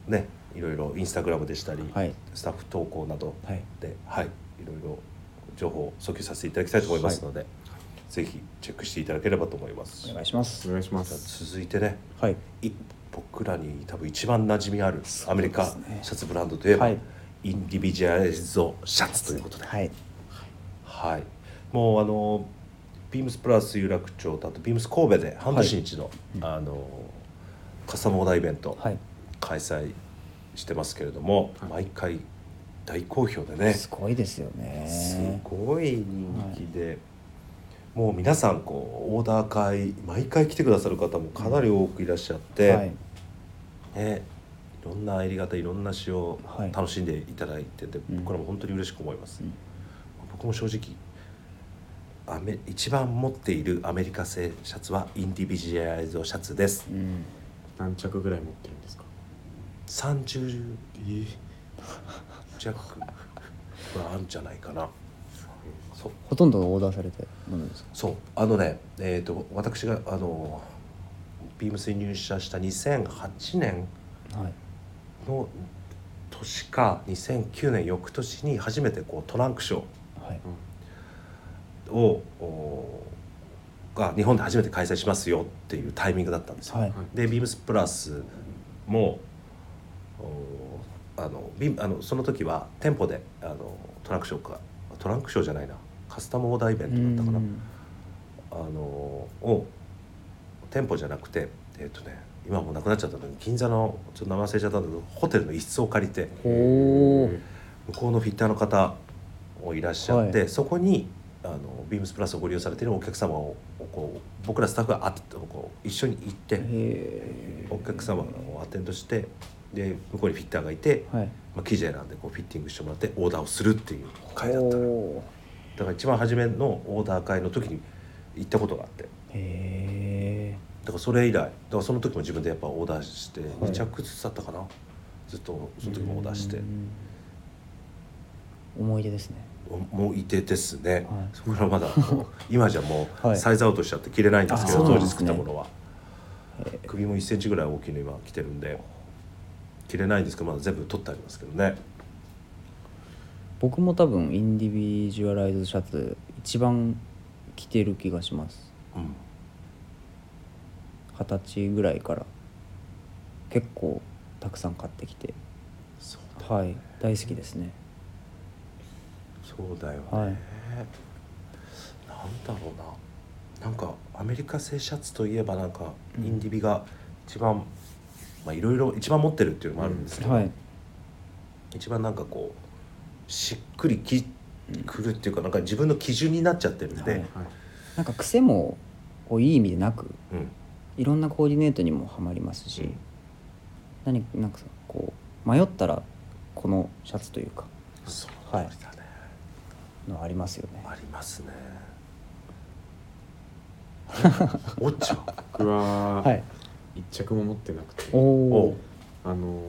S1: ーね、いろいろインスタグラムでしたり、
S2: はい
S1: スタッフ投稿など
S2: はい
S1: で、はい、いろいろ情報を訴求させていただきたいと思いますので、ぜひチェックしていただければと思います。
S2: お願いします
S3: お願いしま
S1: じゃあ
S3: す
S1: 続いてね。
S2: はい
S1: い僕らに多分一番馴染みあるアメリカ
S2: そうですね
S1: シャツブランドといえば、
S2: はい
S1: インディビジュアリゾシャツということで、はい
S2: はい
S1: もうあのビームスプラス有楽町とあとビームス神戸で半年に一度、あのカスタムオーダーイベント
S2: はい
S1: 開催してますけれども、
S3: は
S1: 毎
S3: い
S1: 回大好評でね
S2: すごいですよ
S1: す
S2: ね
S1: ごい人気で、もう皆さんこうオーダー会毎回来てくださる方もかなり多くいらっしゃって。
S2: はい
S1: ね、いろんな入り方いろんな詩を
S2: はい
S1: 楽しんでいただいてて、
S2: うん
S1: 僕らも本当に嬉しく思います、
S2: うん
S1: 僕も正直アメ一番持っているアメリカ製シャツはインディビジュアライズドシャツです
S2: うん
S3: 何着ぐらい持ってるんですか
S1: 30
S3: え
S1: 弱はあるんじゃないかなそう
S2: ほとんどオーダーされてものですか
S1: そうあのねえっ、と私があのビームスに入社した2008年
S2: はい
S1: の年か2009年翌年に初めてこうトランクショー
S2: はい
S1: をおーが日本で初めて開催しますよっていうタイミングだったんですよ。
S2: はい
S1: でビームスプラスもおーあのビームあのその時は店舗であのトランクショーかトランクショーじゃないなカスタムオーダーイベントだったかなあのを店舗じゃなくてえっ、とね今もうなくなっちゃったのに銀座のちょっと名前忘れちゃったんだけどホテルの一室を借りて
S2: おおー
S1: 向こうのフィッターの方もいらっしゃって、
S2: は
S1: そこにあのビームスプラスをご利用されているお客様をこう僕らスタッフがあてこう一緒に行って
S2: へ
S1: お客様をアテンドしてで向こうにフィッターがいて、
S2: えはい
S1: まあ、生地選んでこうフィッティングしてもらってオーダーをするっていう会だったのよ
S2: おー
S1: だから一番初めのオーダー会の時に行ったことがあって
S2: へえ
S1: だからそれ以来だからその時も自分でやっぱオーダーして
S2: い
S1: 2着ずつだったかな、ずっとその時もオーダーして。
S2: 思い出ですね
S1: もういてですね、
S2: はい
S1: そこからまだこう今じゃもう
S2: はい
S1: サイズアウトしちゃって着れないんですけど、
S2: あそうな
S1: 当
S2: んで
S1: 時
S2: す
S1: 作
S2: ね
S1: ったものは、首も1センチぐらい大きいの今着てるんで着れないんですけどまだ全部取ってありますけどね
S2: 僕も多分インディビジュアライズシャツ一番着てる気がします
S1: うん
S2: 二十歳ぐらいから結構たくさん買ってきて
S1: そう
S2: はい大好きですね
S1: そうだよね、
S2: はい
S1: なんだろうななんかアメリカ製シャツといえばなんかインディビが一番、まあいろいろ一番持ってるっていうのもあるんですけど、
S2: はい
S1: 一番なんかこうしっくりきくるっていうかなんか自分の基準になっちゃってるんで、
S2: はい
S3: はい
S2: なんか癖もこういい意味でなく
S1: うん
S2: いろんなコーディネートにもハマりますし、
S1: うん
S2: 何なんかさこう迷ったらこのシャツというか
S1: そう
S2: はい
S1: だね、
S2: のありますよね
S1: あります ねおっちゃん
S3: 僕は、
S2: はい
S3: 一着も持ってなくて
S2: お
S1: お
S2: お
S3: あのー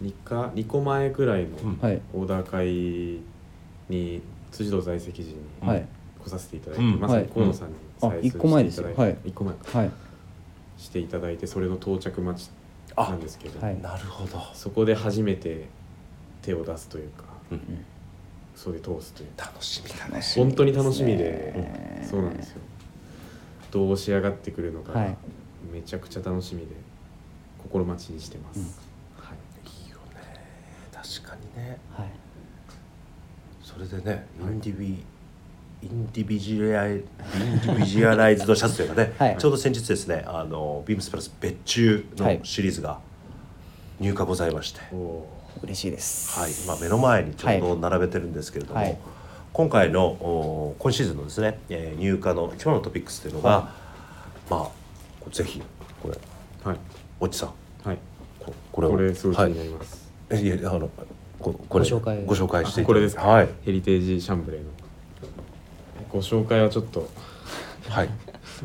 S3: 二か二個前くらいの
S1: うん
S2: はい
S3: オーダー会に辻堂在籍時に
S1: うん
S2: はい
S3: 来させていただいて、
S1: うん
S3: まさに
S2: はい
S3: 河野さんに
S2: うん
S3: 採寸
S2: あ一個前ですよ
S3: していただい
S2: は
S3: て一個前か
S2: はい
S3: していただいてそれの到着待ちな
S1: あ
S3: んですけど、
S2: はい
S1: なるほど
S3: そこで初めて手を出すというか、
S1: うん
S3: 袖通すというか
S1: 楽しみだね
S3: 本当に楽しみで、
S2: うん
S3: そうなんですよどう仕上がってくるのかが
S2: はい
S3: めちゃくちゃ楽しみで心待ちにしてます、はい
S1: いいよね確かにね
S2: はい
S1: それでね、
S3: は
S1: イ
S3: い
S1: ンディビインディビジュアイインディビジュアライズドシャツという かね、
S2: はい
S1: ちょうど先日ですねあのビームスプラス別注
S2: はい
S1: のシリーズが入荷ございまして、
S3: おお
S2: 嬉しいです
S1: はい今目の前にちょうど並べてるんですけれども、
S2: はい
S1: 今回のお今シーズンのですね、えー入荷の今日のトピックスというのが、
S2: は
S1: まあぜひこれ
S3: ーはい
S1: おじさん
S3: はい
S1: ここれを
S3: これすごい気
S1: はい
S3: になります、
S1: えいやあのここれ
S2: ご紹介
S1: ご紹介してい
S3: あこれですか
S1: はい
S3: ヘリテージシャンブレーのご紹介はちょっと
S1: はい。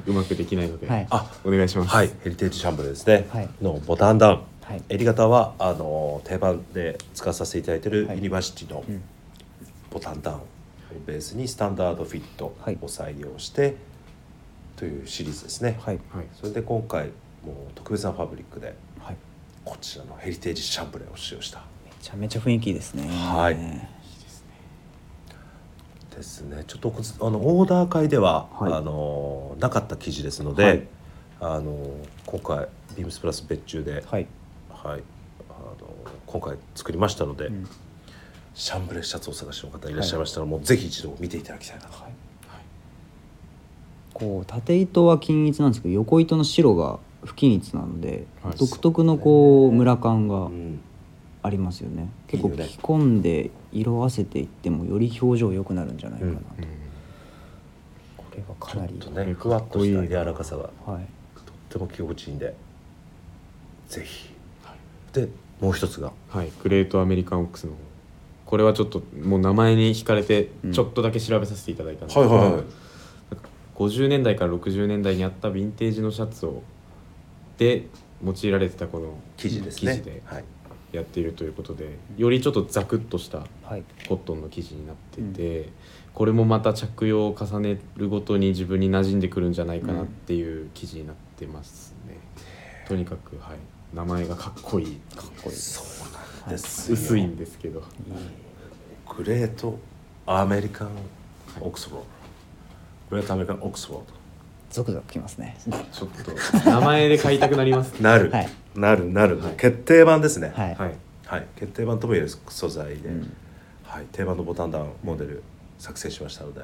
S3: うまくできないので、
S2: はい
S1: あ
S3: お願いします
S1: はい、ヘリテージシャンブレーですね、
S2: はい
S1: のボタンダウン、
S2: はい
S1: 襟型はあの定番で使わさせていただいている
S2: はい
S1: ユニバーシティの
S2: ん
S1: ボタンダウンをベースにスタンダードフィットを
S2: はい
S1: 採用してというシリーズですね、
S2: はい
S3: はい
S1: それで今回もう特別なファブリックで
S2: はい
S1: こちらのヘリテージシャンブレーを使用した
S2: めちゃめちゃ雰囲気いいですね
S1: はいですねちょっとこあのオーダー会では、
S2: はい
S1: あのなかった記事ですので、
S2: はい
S1: あの今回ビームスプラス別注で、
S2: はい
S1: はい、あの今回作りましたので、
S2: ん
S1: シャンブレーシャツをお探しの方いらっしゃいましたら、もうぜひ一度見ていただきたいなと、
S2: こう縦糸は均一なんですけど横糸の白が不均一なので、
S3: はい
S2: 独特のこうムラ感が
S1: うん
S2: ありますよね結構
S1: いい
S2: 着
S1: よね
S2: 込んで色あせていってもより表情良くなるんじゃないかなと、
S1: うん
S2: これは
S1: ち
S2: か
S1: ょ
S2: な
S1: っ
S2: り
S1: と
S2: はい
S1: ねふわっとした柔らかさが
S2: はい
S1: とっても気持ちいいんでぜひ、でもう一つが
S3: はい、グレートアメリカンオックスの方これはちょっともう名前に惹かれて
S2: うん
S3: ちょっとだけ調べさせていただいたんです
S1: はいはいはい
S3: 50年代から60年代にあったヴィンテージのシャツをで用いられてたこの
S1: 生地ですね
S3: 生地で
S1: はい、
S3: やっているということでよりちょっとザクッとした
S2: はい
S3: コットンの生地になってて、これもまた着用を重ねるごとに自分に馴染んでくるんじゃないかなっていう生地になってますね、とにかくはい名前がかっこいい
S2: かっこいいです
S1: そうなんですよ
S3: 薄いんですけど
S1: グレートアメリカンオックスフォード、グレートアメリカンオックスフォー
S2: ゾクゾクきますね
S3: ちょっと名前で買いたくなります
S1: ドなる、
S2: はい
S1: なるなる、
S3: はい
S1: 決定版ですね
S2: はい、
S3: はい
S1: はい、決定版ともいえる素材で、
S2: うん
S1: はい、定番のボタンダウンモデル作成しましたので、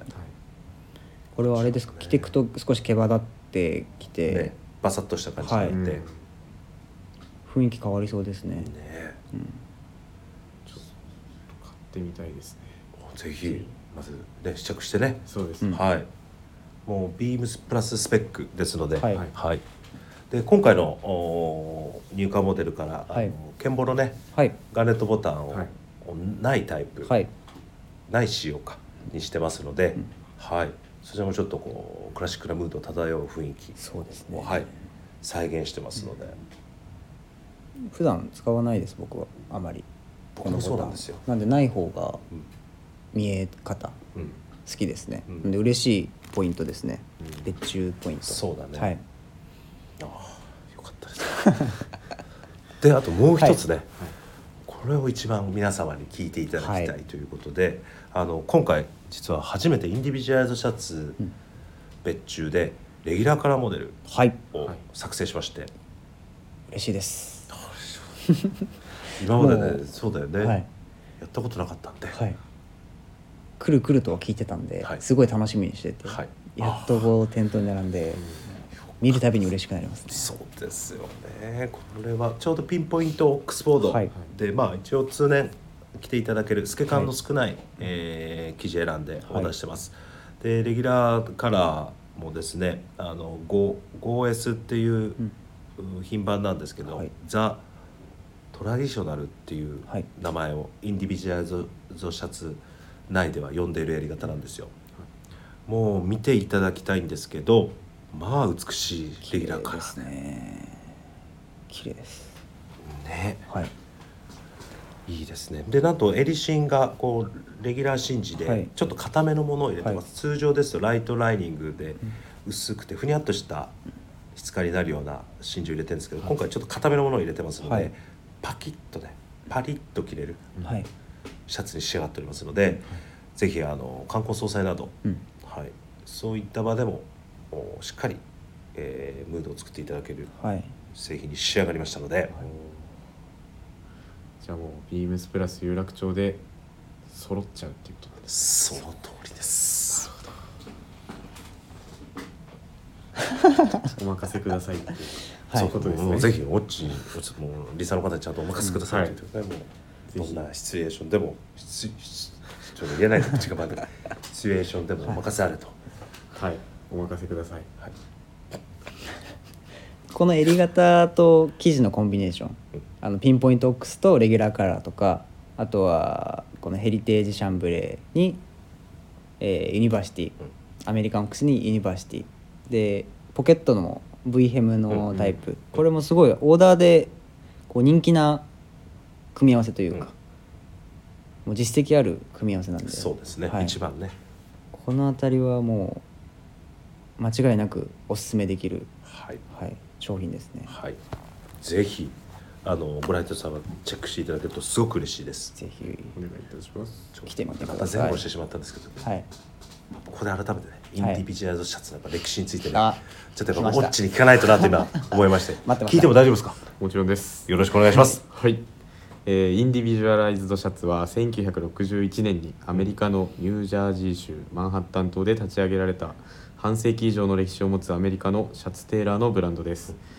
S2: これはあれですか着ていくと少し毛羽立ってきて、
S1: ね、バサッとした感じになって、
S3: うん
S1: ね
S2: 雰囲気変わりそうですね
S3: 買ってみたいですね
S1: ぜひまず、ね、試着してね、
S3: そうです、
S2: うん
S1: はいもうビームスプラススペックですので、
S2: はい
S1: はいで今回のおー入荷モデルから、
S2: はい
S1: あのケンボのね
S2: はい
S1: ガーネットボタンを、
S3: はい
S1: ないタイプ、
S2: はい
S1: ない仕様かにしてますので、はい、そちらもちょっとこうクラシックなムード漂う雰囲気
S2: そうですね
S1: を、はい、再現してますので、
S2: 普段使わないです僕はあまり
S1: 僕もそうなんですよ
S2: このボタンなんでない方が
S1: うん
S2: 見え方
S1: うん、
S2: 好きですね、
S1: うん
S2: で嬉しいポイントですね、
S1: うん
S2: 別注ポイント
S1: そうだね
S2: はい、
S1: ああよかったですであともう一つね、これを一番皆様に聞いていただきたい
S2: はい
S1: ということで、あの今回実は初めてインディビジュアルズシャツ
S2: うん
S1: 別注でレギュラーカラーモデル
S2: はい
S1: を
S3: はい
S1: 作成しまして、
S2: 嬉しいです
S1: 今まで
S2: も
S1: ね
S2: う
S1: そうだよね、
S2: はい
S1: やったことなかったんで、
S2: はいくるくるとは聞いてたんで、
S1: はい
S2: すごい楽しみにしてて、
S1: はい
S2: やっとこう店頭に並んで見るたびに嬉しくなりますね
S1: そうですよねこれはちょうどピンポイントオックスフォード、
S2: はい
S1: でまあ一応通年着ていただける透け感の少ない、えー生地選んでお出してます、でレギュラーカラーもですねあの 5- 5S っていううん品番なんですけど、
S2: はい
S1: ザ・トラディショナルっていう
S2: はい
S1: 名前をインディビジュアルゾシャツ内では呼んでいるやり方なんですよ、もう見ていただきたいんですけどまあ美しいレギュラーカラー
S2: 綺麗ですね綺麗です
S1: ね
S2: はい
S1: いいですねでなんとエリシンがこうレギュラー真珠
S2: は
S1: で
S2: い
S1: ちょっと固めのものを入れてます、
S2: はい
S1: 通常ですとライトライニングで薄くてふにゃっとした質感になるような真珠を入れてるんですけど、今回ちょっと固めのものを入れてますので、
S2: はい
S1: パキッとねパリッと着れる
S2: はい
S1: シャツに仕上がっておりますので、ぜひあの観光総裁など、
S2: うん
S1: はい、そういった場でもおしっかり、えームードを作っていただける
S2: はい
S1: 製品に仕上がりましたので、
S3: じゃあもうビームスプラス有楽町で揃っちゃうっていうことなんです
S1: その通りです。
S3: お任せくださいっていう
S2: はい
S3: そういうことです
S1: も
S3: ね
S1: うぜひオッチにおちょっともうリサの方にちゃんとお任せください、
S3: うん
S1: ということでもう
S3: ぜ
S1: ど
S3: ひ
S1: んなシチュエーションでもシチュシちょっと言えないか口がまだシチュエーションでもお任せあれと、
S3: はいお任せください
S1: はい
S2: この襟型と生地のコンビネーションあのピンポイントオックスとレギュラーカラーとかあとはこのヘリテージシャンブレーに、えーユニバーシティアメリカンオックスにユニバーシティでポケットの V ヘムのタイプ、これもすごいオーダーでこう人気な組み合わせというか、
S1: うん
S2: もう実績ある組み合わせなんで
S1: そうですね、
S2: はい
S1: 一番ね
S2: この辺りはもう間違いなくおすすめできる、
S1: はい、
S2: はい、商品ですね。
S1: はい、ぜひあのご来店様チェックしていただけるとすごく嬉しいです
S2: ぜひ
S3: お願いいたします
S2: 来てみてください
S1: また前後してしまったんですけど、
S2: はい
S1: ここで改めてねインディビジュアルズシャツのやっぱ歴史についてね
S2: あ
S1: ちょっとやっぱ
S2: 来まし
S1: オ
S2: た
S1: ッチに聞かないとなって今思いまして
S2: 待ってました
S1: 聞いても大丈夫ですか
S3: もちろんです
S1: よろしくお願いします、
S3: はい、えーインディビジュアライズドシャツは1961年にアメリカのニュージャージー州マンハッタン島で立ち上げられた半世紀以上の歴史を持つアメリカのシャツテーラーのブランドです、えー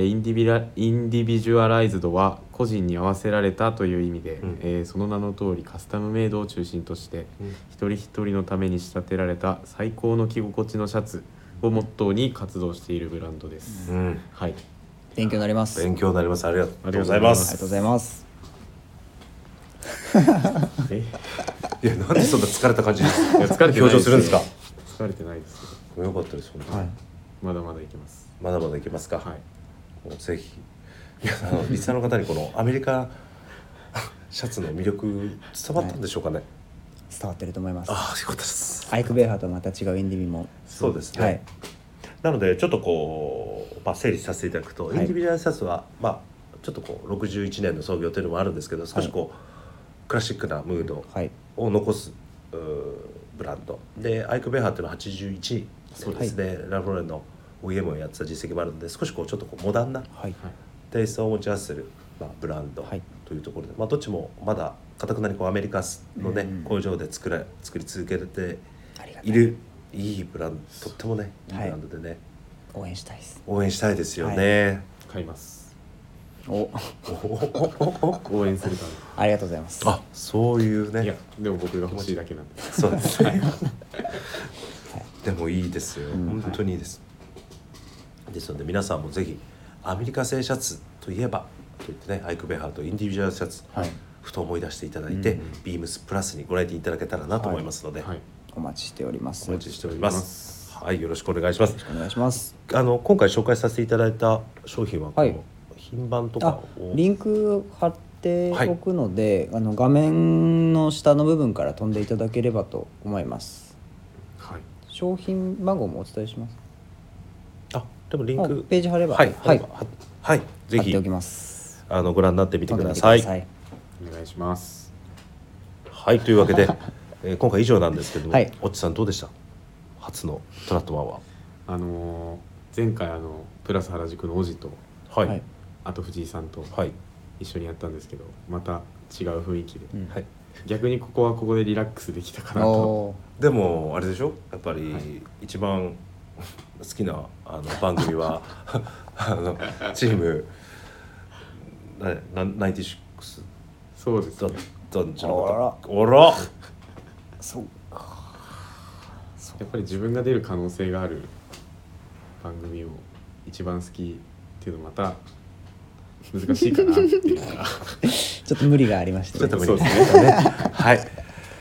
S3: インディビラインディビジュアライズドは個人に合わせられたという意味で、
S1: うん
S3: えーその名の通りカスタムメイドを中心として、
S1: うん
S3: 一人一人のために仕立てられた最高の着心地のシャツをモットーに活動しているブランドです、
S1: うん
S3: はい
S2: 勉強になります。あり
S1: 勉強になりますありがとうござい
S3: あ
S1: ま
S2: が
S3: り
S2: とう
S1: す
S2: ございます。
S3: え
S1: いやなんでそんな疲れた感じで
S3: いや疲れてない
S1: 表情するんですか
S3: 疲れてないですよ
S1: よかったです本当に、
S3: まだまだいけます
S1: まだまだいけますか、
S3: はい
S1: もうぜひいやあのリスナーの方にこのアメリカ シャツの魅力伝わったんでしょうかね、
S2: 伝わってると思います。
S1: ああよかったです
S2: アイクベーハーとはまた違うインディビも。
S1: そうですね、
S2: はい。
S1: なのでちょっとこう、まあ、整理させていただくと、
S2: はい
S1: インディビジュアルシャツは、まあ、ちょっとこう61年の創業というのもあるんですけど少しこう、クラシックなムード
S2: はい。
S1: を残すうーブランドでアイク・ベーハーっていうのは81
S3: そう
S1: 年
S2: で
S1: ですすね、ラフロレンの OEM をやってた実績もあるので少しこうちょっとこうモダンな
S2: はい。
S3: はい
S1: テイストを持ち合わせる、まあ、ブランド
S2: はい
S1: というところで、まあ、どっちもまだかたくなにこうアメリカの、ね
S2: うん
S1: 工場で作ら作り続けて
S2: ありがと。
S1: いうるいいブランドとってもねいいブ
S2: はい
S1: ランドでね、
S2: 応援したいです。
S1: 応援したいですよね。
S3: 買います
S2: お、
S3: 応援するため
S2: ありがとうございます。
S1: あそういうね
S3: いやでも僕が欲しいだけなんで
S1: そうですね。でもいいですよ、
S2: ん
S1: 本当にいいです。ですので皆さんもぜひアメリカ製シャツといえばといってねアイク・ベーハーとインディビジュアルシャツ、
S2: はい
S1: ふと思い出していただいて、
S2: うん
S1: ビームスプラスにご来店いただけたらなと思いますので、
S3: はい
S2: お待ちしております。
S1: お
S2: よ
S1: 待ちしております。はいよろしくお願いします。
S2: ろしくお願いします。
S1: あの今回紹介させていただいた商品はこ
S2: はい
S1: の品番と
S2: あ
S1: かを、、
S2: リンク貼っておくので、あの画面の下の部分から飛んでいただければと思います。
S3: はい
S2: 商品番号もお伝えします。
S1: あでもリン
S2: あ
S1: ク
S2: ページ貼れば
S1: はい
S2: はい
S1: はい、はい、ぜ
S2: 貼って
S1: ひ
S2: おきます。
S1: あのご覧になってみてくだ
S2: 飛ん
S1: さ
S2: でみ
S1: い。
S2: てください。
S3: お願いします
S1: はいというわけで、えー今回以上なんですけども、
S2: はい
S1: おっちさんどうでした初のトラットマンは
S3: あのー前回あのプラス原宿のおじと
S1: はいは
S2: はいい、
S3: あと藤井さんと
S1: はい
S3: 一緒にやったんですけどまた違う雰囲気で、
S2: うん
S3: 逆にここはここでリラックスできたかなと
S2: おー
S1: でもあれでしょやっぱり、
S3: はい
S1: 一番好きなあの番組は あのチームなな96
S3: そうです
S1: だ
S3: ね
S1: ったんじゃなかったおら
S2: そう
S3: やっぱり自分が出る可能性がある番組を一番好きっていうのまた難しいかなっていう か
S2: ちょっと無理がありました
S1: ちょっと無
S2: ね
S3: そ
S1: 理
S3: う
S1: で
S3: です
S1: ねはい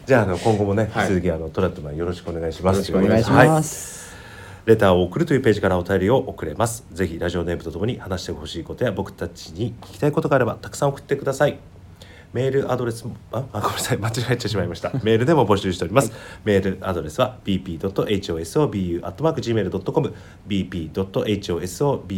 S1: じゃああの今後もね、
S3: はい
S1: 続きあのトラットマンよろしくお願いします
S3: よろし
S2: お
S3: く
S2: 願いし
S1: は
S2: ます、
S1: レターを送るというページからお便りを送れます。ぜひラジオネームとともに話してほしいことや僕たちに聞きたいことがあればたくさん送ってください。メールアドレスもああごめんなさい間違えてしまいました。メールでも募集しております。メールアドレスは bp.hosobu@gmail.com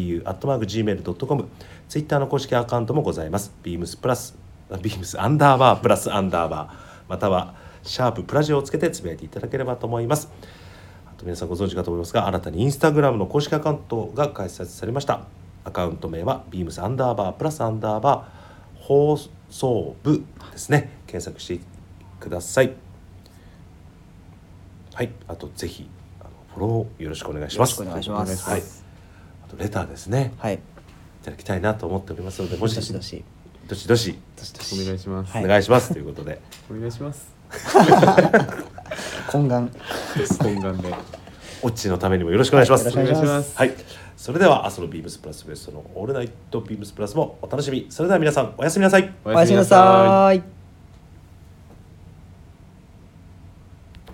S1: bp.hosobu@gmail.com ツイッターの公式アカウントもございます。beams プラスあ beams アンダーバープラスアンダーバーまたはシャーププラジオをつけてつぶやいていただければと思います。あと皆さんご存知かと思いますが新たにインスタグラムの公式アカウントが開設されましたアカウント名は beams アンダーバープラスアンダーバー放送部ですね検索してくださいはいあとぜひあのフォローよろしくお願いします
S2: よろしくお願いします
S1: はい、あとレターですね
S2: はい
S1: いただきたいなと思っておりますのでも
S2: ど
S1: しど
S2: し
S1: し
S2: どし
S1: どしどし
S2: どしど
S3: お願い
S2: し
S3: します、
S2: はい
S1: お願いします、ということ で
S3: お願いします
S2: 懇願
S3: 懇願で
S1: オッチのためにもよろしくお願いします、
S2: はいよろしくお願いします
S1: はい、それでは朝のビームスプラスウエストのオールナイトビームスプラスもお楽しみ。それでは皆さんおやすみなさい。
S3: お
S2: おやすみなさーい